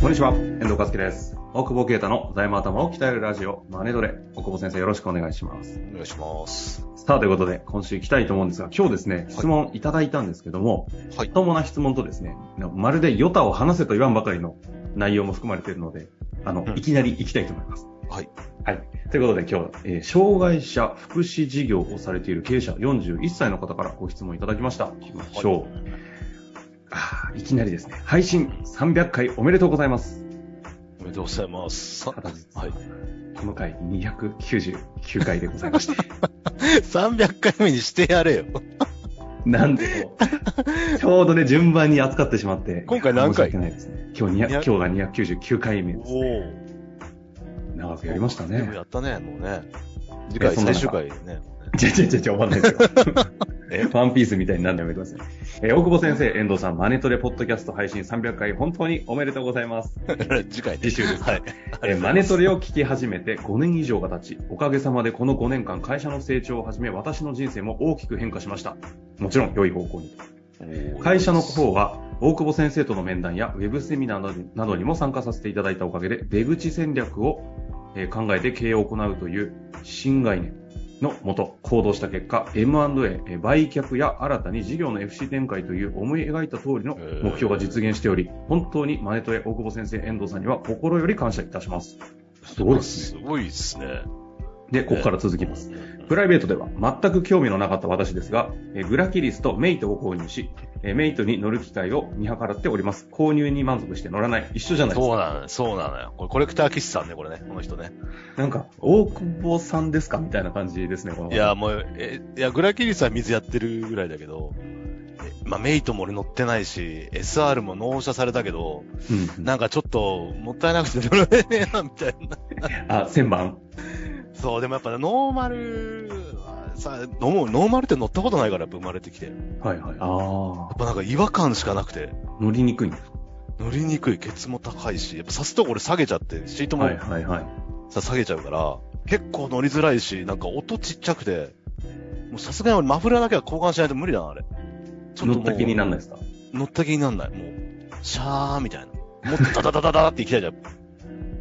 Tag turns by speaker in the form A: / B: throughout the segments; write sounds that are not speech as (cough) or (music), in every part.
A: こんにちは、遠藤和樹です。大久保啓太の財務頭を鍛えるラジオ、マネドレ。大久保先生、よろしくお願いします。
B: お願いします。
A: さあ、ということで、今週行きたいと思うんですが、今日ですね、質問いただいたんですけども、
B: はい
A: ま。ともな質問とですね、まるでヨタを話せと言わんばかりの内容も含まれているので、あの、
B: うん
A: いきなり行きたいと思います。
B: はい。
A: はい。ということで今日、えー障害者福祉事業をされている経営者41歳の方からご質問いただきました。行きましょう。あーいきなりですね、配信300回おめでとうございます。
B: おめでとうございます。さ
A: 片実
B: はい。
A: この回299回でございまして。 (laughs)
B: 300回目にしてやれよ。
A: なんでもちょうどね、順番に扱ってしまって。
B: 今回何回
A: 申し訳ないですね。今日200、今日が299回目です。
B: お
A: 長くやりました
B: でも
A: ね。 (laughs)
B: やったね、もうね。次
A: え
B: 回
A: そんな
B: 最
A: 中
B: 終回ね。 (laughs) もうね
A: ちゃちゃちゃちゃ、終わんないですよ。
B: (laughs) え
A: ワンピースみたいになんでもやめてください。えー大久保先生、遠藤さん、マネトレポッドキャスト配信300回、本当におめでとうございます。
B: 次回ね。
A: 次週です
B: はい。
A: えーマネトレを聞き始めて5年以上が経ち、おかげさまでこの5年間、会社の成長をはじめ、私の人生も大きく変化しました。もちろん、良い方向に。会社の方は、大久保先生との面談やウェブセミナーなどなどにも参加させていただいたおかげで、出口戦略をえー考えて経営を行うという新概念のもと行動した結果、M&A、えー売却や新たに事業の FC 展開という思い描いた通りの目標が実現しており、本当にマネトレ大久保先生、遠藤さんには心より感謝いたします。すごいですね。
B: すごいですね。
A: で、ここから続きます。プライベートでは全く興味のなかった私ですが、えーグラキリスとメイトを購入し、えーメイトに乗る機会を見計らっております。購入に満足して乗らない。一緒じゃないです
B: そ
A: か。
B: うなのよ、そうなのよ。これコレクター気質さんね、これね、この人ね。
A: なんか、大久保さんですかみたいな感じですね、この。
B: いや、もう、え、いや、グラキリスは水やってるぐらいだけど、えまあ、メイトも俺乗ってないし、SR も納車されたけど、
A: うん、うん。
B: なんかちょっと、もったいなくて乗れねえな、みたいな。
A: あ、千番。
B: (laughs) そう、でもやっぱね、ノーマルはさ、飲む、ノーマルって乗ったことないから、やっぱ生まれてきて。やっ
A: はいはい。ああ。
B: ぱなんか違和感しかなくて、
A: 乗りにくいんですか
B: 乗りにくい、ケツも高いし、やっぱ刺すとこれ下げちゃって、シートも
A: はいはいはい。
B: さ、下げちゃうから、結構乗りづらいし、なんか音ちっちゃくて、もうさすがに俺マフラーだけは交換しないと無理だな、あれ。ちょ
A: 乗
B: とも
A: っ
B: う
A: た気になんないですか
B: 乗った気になんない。もう、シャーみたいな。もっとダダダダダって行きたいじゃん。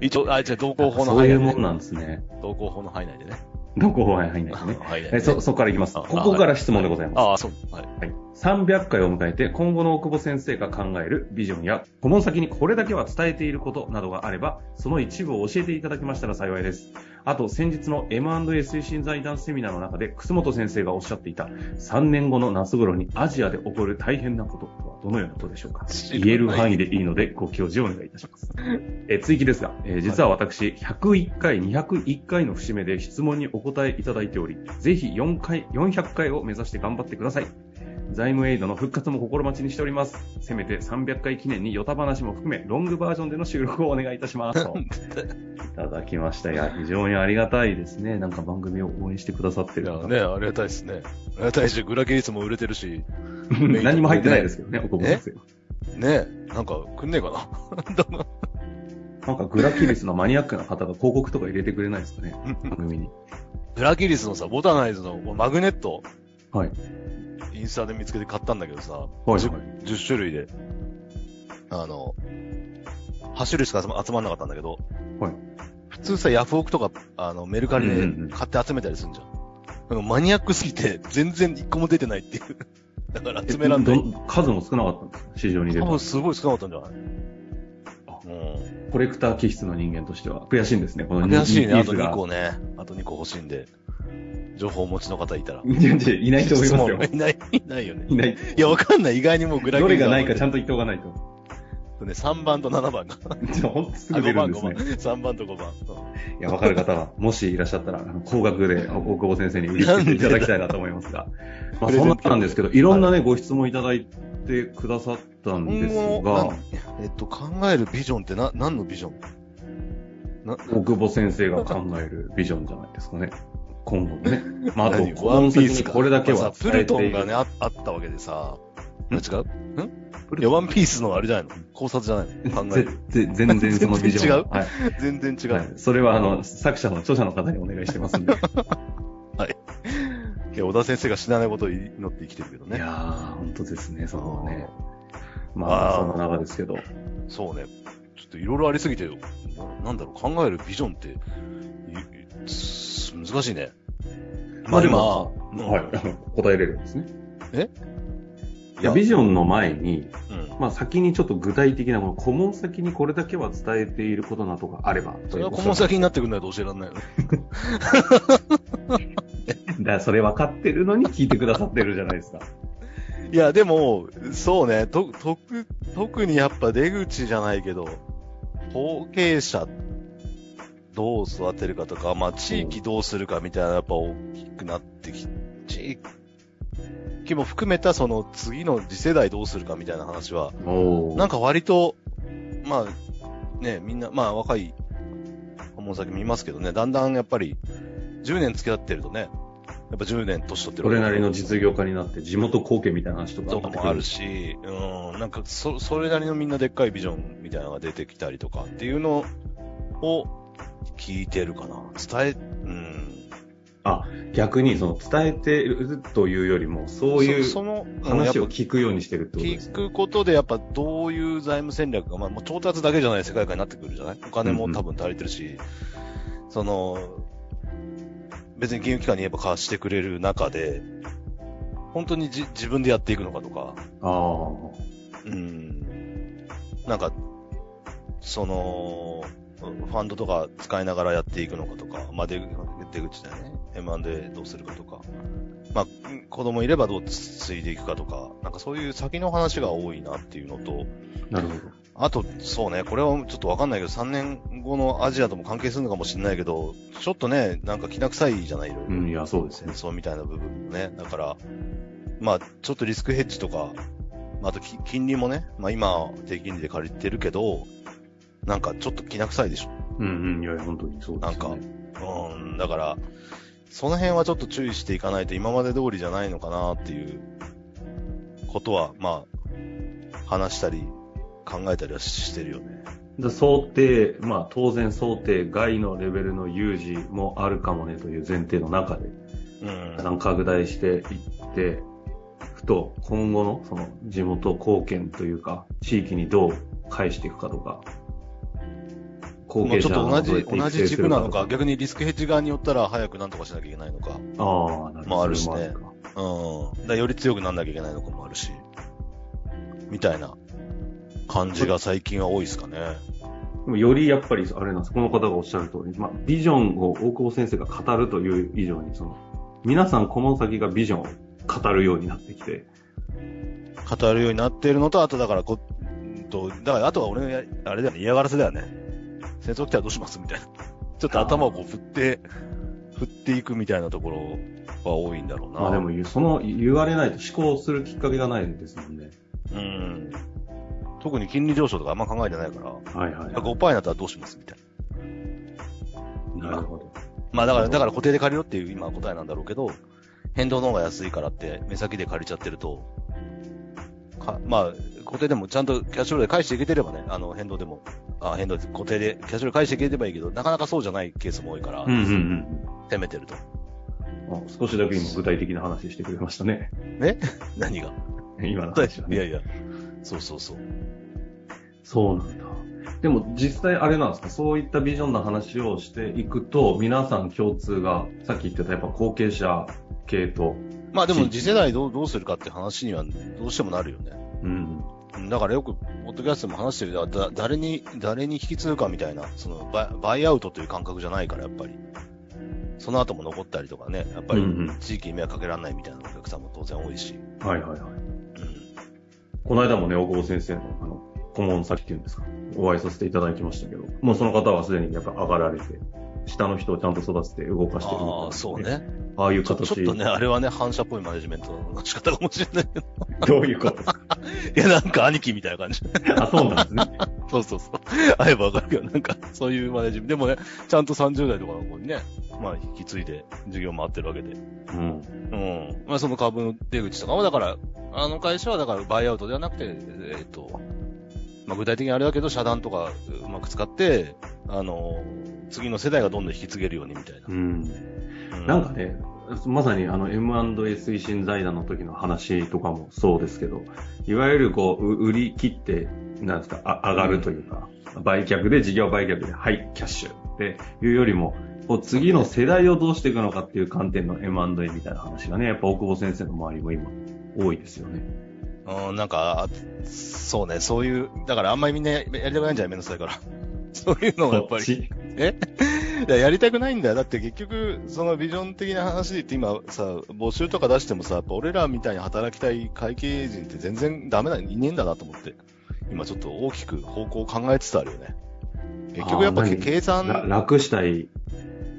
B: 一応、あ、違う、同行法の
A: そう
B: 範囲
A: い
B: 内
A: う
B: でね
A: もんなんですね。
B: 同行法の範囲内でね。
A: どこ方へ入ん
B: (laughs)
A: ないですね。
B: 範囲内でね
A: えそ、そこからいきます。
B: あ
A: ここから質問でございます。
B: ああ、そう。はい。
A: (laughs) はい、300回を迎えて今後の大久保先生が考えるビジョンや顧問先にこれだけは伝えていることなどがあればその一部を教えていただきましたら幸いですあと先日の M&A 推進財団セミナーの中で楠本先生がおっしゃっていた3年後の夏頃にアジアで起こる大変なこととはどのようなことでしょうか言える範囲でいいのでご教示をお願いいたします。えー追記ですが、えー実は私、101回、201回の節目で質問にお答えいただいており、ぜひ4回、400回を目指して頑張ってください。財務エイドの復活も心待ちにしております。せめて300回記念にヨタ話も含め、ロングバージョンでの収録をお願いいたします。
B: (laughs)
A: といただきました。いや、非常にありがたいですね。なんか番組を応援してくださって
B: い
A: る
B: や
A: 方。
B: ね、ありがたいですね。ありがたいし、グラケリスも売れてるし、
A: (laughs) 何も入ってないですけどね、おこぼ
B: え
A: 先生。
B: ね、なん (laughs) かくんねえか
A: なんかグラキリスのマニアックな方が広告とか入れてくれないですかね、
B: (laughs) な。
A: 番組に。
B: グラケリスのさ、ボタナイズのマグネット、
A: はい。
B: インスタで見つけて買ったんだけどさ、
A: はい
B: じゅ 10, 種類で、あの、8種類しか集ま集まんなかったんだけど、
A: はい
B: 普通さ、ヤフオクとか、あの、メルカリ
A: うん
B: で
A: うんうん
B: 買って集めたりするんじゃん。でもマニアックすぎて、全然1個も出てないっていう。 (laughs) だから集めらんない。
A: ど数も少なかったんですか市場に出
B: 多
A: る。
B: 分すごい少なかったんじゃない
A: あ
B: うん。
A: コレクター気質の人間としては悔しいんですね、この
B: 悔しいね。
A: ニ
B: あ
A: ーズ
B: と
A: が
B: 2個ね。あと2個欲しいんで。情報をお持ちの方いたら。
A: いやいやいないと思いますよ
B: 質。問いない、いないよね。
A: いない。
B: いや、わかんない。意外にもうグラ
A: どれがないかち
B: ゃ
A: ゃんと言っておかないと。
B: んね、3番と7番が。
A: (laughs) じゃあ、ほんとす
B: あ、
A: ぐ出
B: 5
A: る
B: 番、
A: んで
B: 5
A: す
B: 番。
A: ね。
B: 3番と5番。うん
A: いや、わかる方は、もしいらっしゃったら、あの高額で大久保先生に売り切っていただきたいなと思いますが。まあ、そんなことなんですけど、いろんなね、ご質問いただいてくださったんです
B: 今
A: が
B: 後、、なんえっと、考えるビジョンってな、何のビジョンな、
A: 大久保先生が考えるビジョンじゃないですかね。今後の
B: (laughs)
A: ね。まあ、あと、
B: 何
A: この先に
B: か
A: これだけ
B: まあ
A: は
B: さプ
A: 伝え
B: ル
A: て
B: ト
A: い
B: ン
A: る
B: がね、ああったわけでさ。
A: ん
B: 違うんいや、ワンピースのあれじゃないの考察じゃないの考え
A: ぜ
B: る。
A: ぜ全然そのビジョン。
B: 全然違う
A: はい。
B: 全然違う。
A: はい、それは、あの、作者の著者の方にお願いしてます
B: (laughs)
A: んで。
B: いや、小田先生が死なないことを祈って生きてるけど
A: い
B: ね
A: や。ー、本当ですね、そこはね。
B: あ
A: まあ、
B: ー
A: そんな中ですけど。
B: そうね。ちょっといろいろありすぎて、ななんだろう、考えるビジョンって、いす難しいね。
A: まあでも
B: まあ、
A: はい (laughs) 答えれるんですね。
B: え
A: いや、ビジョンの前に、
B: うん。
A: まあ先にちょっと具体的な、この顧問先にこれだけは伝えていることなどがあれば。
B: それは顧問先になってくんないと教えられないよね。
A: (laughs) だからそれ分かってるのに聞いてくださってるじゃないですか。
B: いや、でも、そうね、と、と、特にやっぱ出口じゃないけど、後継者、どう育てるかとか、まあ地域どうするかみたいな、やっぱ大きくなってき、地域も含めたその次の次世代どうするかみたいな話は、
A: お
B: なんか割と、まあ、ね、みんな、まあ若い、顧問先見ますけどね、だんだんやっぱり、10年付き合ってるとね、やっぱ10年年取ってる
A: それなりの実業家になって地元貢献みたいな話とか
B: とかもある
A: し。
B: し、うん、なんかそ、それなりのみんなでっかいビジョンみたいなのが出てきたりとかっていうのを聞いてるかな。伝え、うん。
A: 逆にその伝えてるというよりも、そうい
B: そ
A: う
B: その、うんやっ
A: 話
B: ぱ
A: を聞くようにしてるってことです
B: 聞
A: ね。
B: くことで、やっぱどういう財務戦略が、まあ、もう調達だけじゃない世界観になってくるじゃないお金も多分足りてるし、その、別に金融機関に言えば貸してくれる中で、本当にじ自分でやっていくのかとか、
A: ああ。
B: うん。なんか、その、ファンドとか使いながらやっていくのかとか、まあ、出出口だよね。M&A どうするかとか。まあ、子供いればどう継いでいくかとか、なんかそういう先の話が多いなっていうのと、
A: なるほど。
B: あと、そうね、これはちょっとわかんないけど、3年後のアジアとも関係するのかもしれないけど、ちょっとね、なんかきな臭いじゃない、いろいろ
A: うん、いや、そうです
B: 戦
A: ね。
B: 争みたいな部分もね。だから、まあ、ちょっとリスクヘッジとか、まああとき金利もね、まあ今、低金利で借りてるけど、なんかちょっときな臭いでし
A: うんうん、いや、本当にそうです、ね。
B: なんかょ。うん、だから、その辺はちょっと注意していかないと今まで通りじゃないのかなっていうことは、まあ、話したり、考えたりはしてるよね。
A: で想定、まあ当然想定外のレベルの有事もあるかもねという前提の中で、
B: うん。
A: なんか拡大していって、ふと今後のその地元貢献というか、地域にどう返していくかとか、後
B: まあ
A: 継
B: ちょっ
A: 者を
B: と同
A: どうや
B: じ、
A: って育
B: 同じ
A: 成す
B: 軸
A: る
B: な
A: と
B: のか、逆にリスクヘッジ側によったら早くなんとかしなきゃいけないのか。
A: ああ、なるほど。
B: もあるしね
A: それもあるか
B: うん。だからより強くなんなきゃいけないのかもあるし、みたいな感じが最近は多いですかね。
A: でもよりやっぱり、あれなんです、この方がおっしゃる通り、まあ、ビジョンを大久保先生が語るという以上に、その、皆さんこの先がビジョンを語るようになってきて、
B: 語るようになっているのと、あとだからこ、うんと、だからあとは俺のや、あれだよね、嫌がらせだよね。戦争来たらどうしますみたいな。 (laughs) ちょっと頭をこう振って、振っていくみたいなところは多いんだろうな。
A: まあでも、その言われないと思考するきっかけがないですもんね。
B: うん。特に金利上昇とかあんま考えてないから、
A: はいはい。
B: 5%になったらどうしますみたいな。
A: なるほど。
B: まあだから、だから固定で借りろっていう今答えなんだろうけど、変動の方が安いからって、目先で借りちゃってると、かまあ、固定でもちゃんとキャッシュフローで返していけてればね、あの、変動でも、あ、変動です固定でキャッシュフロー返していければいいけど、なかなかそうじゃないケースも多いから、
A: うんうん
B: 攻めてると。
A: うん。あ少しだけ今具体的な話してくれましたね。
B: 何が。
A: 今の話はね。
B: いやいや、そうそうそう。
A: そうなんだ。でも実際あれなんですか、そういったビジョンの話をしていくと、皆さん共通が、さっき言ってたやっぱ後継者系と、
B: まあでも次世代どうどうするかって話にはどうしてもなるよね。
A: うん。
B: うんだからよく、ポッドキャストでも話してるけど、だ誰に、誰に引き継ぐかみたいな、そのバイ、バイアウトという感覚じゃないから、やっぱり。その後も残ったりとかね、やっぱり
A: うんうん、
B: 地域に迷惑かけられないみたいなお客さんも当然多いし。
A: はいはいはい。
B: うん。
A: この間もね、大久保先生の、あの、顧問先っていうんですか、お会いさせていただきましたけど、もうその方はすでにやっぱ上がられて、下の人をちゃんと育てて動かしてるみたいな
B: ああ、そう。ね。
A: ああいう
B: ちょ
A: 形。
B: ちょっとね、あれはね、反射っぽいマネジメントの仕方かもしれない。
A: どういうことですか
B: (laughs) いや、なんか兄貴みたいな感じ。 (laughs)
A: あ、そうなんですね。
B: そうそうそう。会えばわかるけど、なんか、そういうマネジメント。でもね、ちゃんと30代とかの子にね、まあ、引き継いで、授業回ってるわけで。
A: うん。
B: うん。まあ、その株の出口とかも、だから、あの会社は、だから、バイアウトではなくて、えーっと、まあ、具体的にあれだけど、遮断とかうまく使って、あの、次の世代がどんどん引き継げるようにみたいな。
A: うん。
B: う
A: なんか、ね、まさにあの M&A 推進財団の時の話とかもそうですけど、いわゆるこう、う売り切って、なんですか、あ上がるというか、売却で、事業売却で、はい、キャッシュっていうよりも、こう次の世代をどうしていくのかっていう観点の M&A みたいな話がね、やっぱ大久保先生の周りも今、多いですよね。
B: うん、なんか、あそうね、そういう、だからあんまりみんなやりたくないんじゃないめんどくさいから。 (laughs) そういうのをやっぱり。
A: り。
B: え (laughs) いややりたくないんだよ。だって結局、そのビジョン的な話で言って今さ、募集とか出してもさ、やっぱ俺らみたいに働きたい会計人って全然ダメだ、いねえんだなと思って。今ちょっと大きく方向を考えつつあるよね。結局やっぱ
A: あー何
B: 計
A: ら
B: 算、
A: 楽したい。で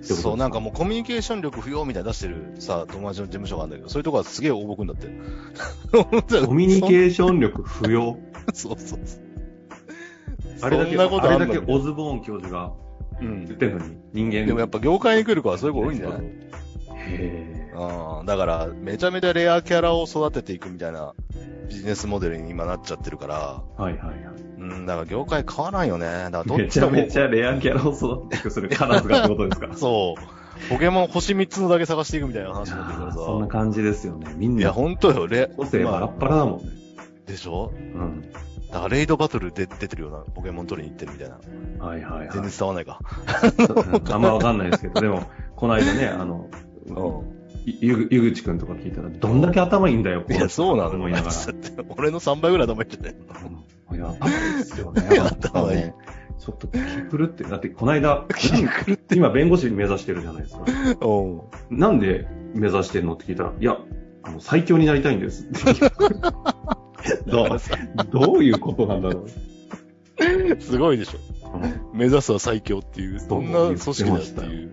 A: すか
B: そう、なんかもうコミュニケーション力不要みたいなの出してるさ、友達の事務所があるんだけど、そういうとこはすげえ応募くんだって。
A: (laughs) コミュニケーション力不要。
B: (laughs) そうそうそう。
A: あれだ
B: そん
A: け、
B: なことあ
A: あ
B: んの
A: れだけオズボーン教授が
B: うん
A: 言ってるのに、人間
B: でもやっぱ業界に来る子はそういう子多いんじゃない
A: へ
B: うん、だから、めちゃめちゃレアキャラを育てていくみたいなビジネスモデルに今なっちゃってるから、
A: ーはいはいはい。
B: うん、だから業界変わらんよね。だからどっ
A: め
B: ち
A: ちゃ
B: かも
A: めちゃレアキャラを育てていくするカラスがってこと
B: (laughs)
A: ですか
B: そう、ポケモン星3つのだけ探していくみたいな話になってるからさ。
A: そんな感じですよね。みん
B: いや、
A: な
B: ほんとよ、レ、
A: 個性バラッバラだもんね。
B: でしょ
A: うん。
B: だからレイドバトルで出てるようなポケモン取りに行ってるみたいな。
A: はいはいはい
B: 全然。伝わんないか。
A: うんあんまわかんないですけど、でも、この間ね、あの、
B: う
A: いゆぐゆぐちくんとか聞いたら、どんだけ頭いいんだよ、こ
B: ん。いや、そうなの
A: 思
B: よ。
A: い
B: だ
A: な
B: っ
A: がら。
B: て (laughs) 俺の3倍ぐらい頭いっちゃって。
A: うんいや、頭いいですよね。
B: いや頭いい
A: あのねちょっと、気狂って、だって、この
B: (laughs)
A: 間、今、弁護士目指してるじゃないですか。
B: うん。
A: なんで目指してんのって聞いたら、いや、あの最強になりたいん
B: (laughs)
A: です。どうどういうことなんだろう。
B: すごいでしょ。
A: うん
B: 目指すは最強っていう、そんな組織だっていう。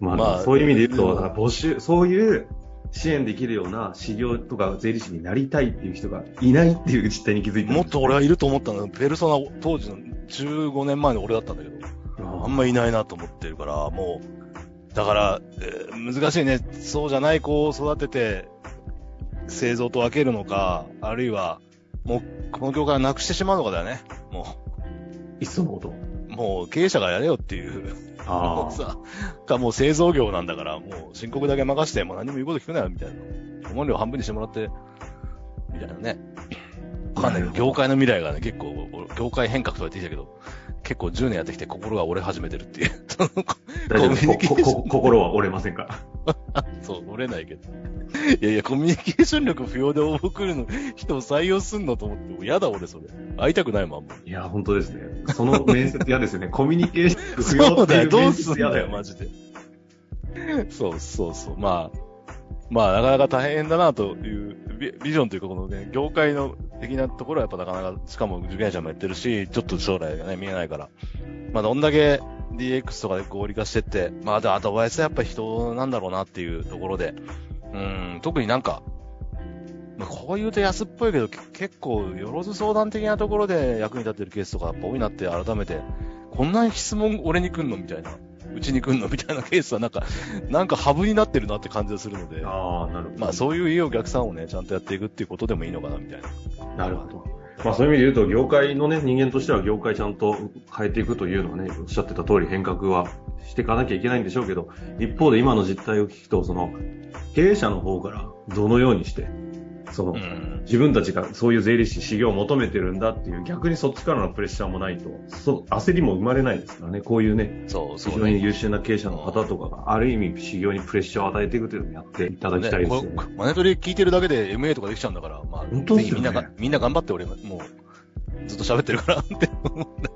A: まあ、
B: まあ
A: そういう意味で言うと、
B: うん
A: 募集、そういう支援できるような修行とか税理士になりたいっていう人がいないっていう実態に気づいてる
B: もっと俺はいると思ったんだけど、ペルソナ、当時の15年前の俺だったんだけど、あんまいないなと思ってるから、もう、だから、えー難しいね。そうじゃない子を育てて、製造と分けるのか、あるいは、もう、この業界をなくしてしまうのかだよね。も
A: いっそのこと。
B: う、もう経営者がやれよっていう、
A: ああ。
B: さ、かもう製造業なんだから、もう申告だけ任して、もう何も言うこと聞くなよ、みたいな。顧問料半分にしてもらって、みたいなね。わかんないけど、業界の未来がね、結構、業界変革とか言ってきたけど、結構10年やってきて心が折れ始めてるっていう。 (laughs) その
A: 大丈夫です
B: コミュニケーショ
A: こ
B: ン
A: ここ心は折れませんか
B: そう、折れないけど。いやいや、コミュニケーション力不要で応募来るの、人を採用すんのと思って、もう嫌だ俺それ。会いたくないもん、あんまり。
A: いや、本当ですね。その面接嫌ですよね。コミュニケーション不要
B: そ
A: っ
B: う
A: て
B: だ
A: い
B: よ、
A: う
B: どう
A: 面
B: すん
A: 接
B: だ
A: 嫌だ
B: よ、
A: よ。
B: マジで。そうそうそう、まあ、まあ、なかなか大変だなという、ビビジョンというか、このね、業界の的なところはやっぱなかなか、しかも受験者もやってるし、ちょっと将来がね、見えないから。まあ、どんだけ DX とかで合理化してって、まあ、であと、OS はやっぱ人なんだろうなっていうところで、うん、特になんか、まあ、こういうと安っぽいけど、け結構、よろず相談的なところで役に立ってるケースとかやっぱ多いなって改めて、こんな質問俺に来んのみたいな。うちに来んのみたいなケースはなんか、 (laughs) なんかハブになってるなって感じがするので、
A: ああ、なるほど。
B: まあそういういいお客さんをね、ちゃんとやっていくっていうことでもいいのかなみたいな。
A: なるほど。まあそういう意味で言うと、業界のね、人間としては業界ちゃんと変えていくというのはね、おっしゃってた通り変革はしていかなきゃいけないんでしょうけど、一方で今の実態を聞くと、その、経営者の方からどのようにして、その、
B: うん。
A: 自分たちがそういう税理士、修行を求めてるんだっていう、逆にそっちからのプレッシャーもないと、そう、焦りも生まれないですからね、こういうね、
B: そう、
A: 非
B: そう
A: 常
B: ね。
A: に優秀な経営者の方とかが、ある意味修行にプレッシャーを与えていくというのをやっていただきたいですよね
B: ねこ。マネトリ聞いてるだけで MA とかできちゃうんだから、まあ、
A: 本当で
B: ぜ
A: す
B: ひ
A: よね
B: みんなが、みんな頑張って俺、もう、ずっと喋ってるからって思うんだけど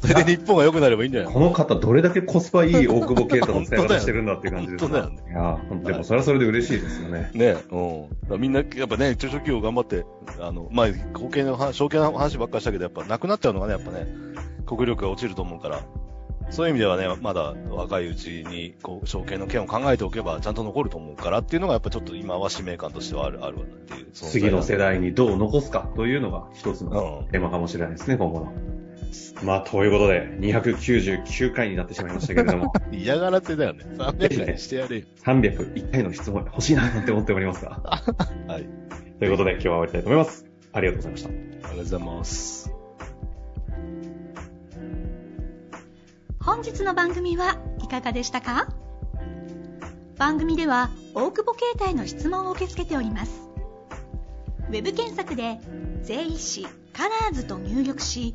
B: そ (laughs) れで日本が良くなればいいんじゃない
A: この方、どれだけコスパいい大久保啓太の使い
B: 本当だ
A: 方
B: よ
A: してるんだっていう感じです
B: 本当だよね
A: いやーでもそれはそれで嬉しいですよね。
B: ねうん。だからみんな、やっぱね、中小企業頑張って、あの、まあ、後継の話、証券の話ばっかりしたけど、やっぱなくなっちゃうのがね、やっぱね、国力が落ちると思うから、そういう意味ではね、まだ若いうちに、こう、証券の件を考えておけば、ちゃんと残ると思うからっていうのが、やっぱちょっと今は使命感としてはある、あるわなっていう。
A: 次の世
B: 代。
A: 代にどう残すかというのが一つ
B: う
A: の
B: ん。
A: テーマかもしれないですね、今後の。まあ、ということで、299回になってしまいましたけれども、
B: 嫌がらせだよね。300
A: (laughs)
B: 回してやれよ。
A: 301回の質問欲しいななんて思っておりますが。
B: はい。
A: ということで、今日は終わりたいと思います。ありがとうございました。
B: ありがとうございます。
C: 本日の番組はいかがでしたか番組では大久保携帯の質問を受け付けておりますウェブ検索で「税理士カラーズと入力し、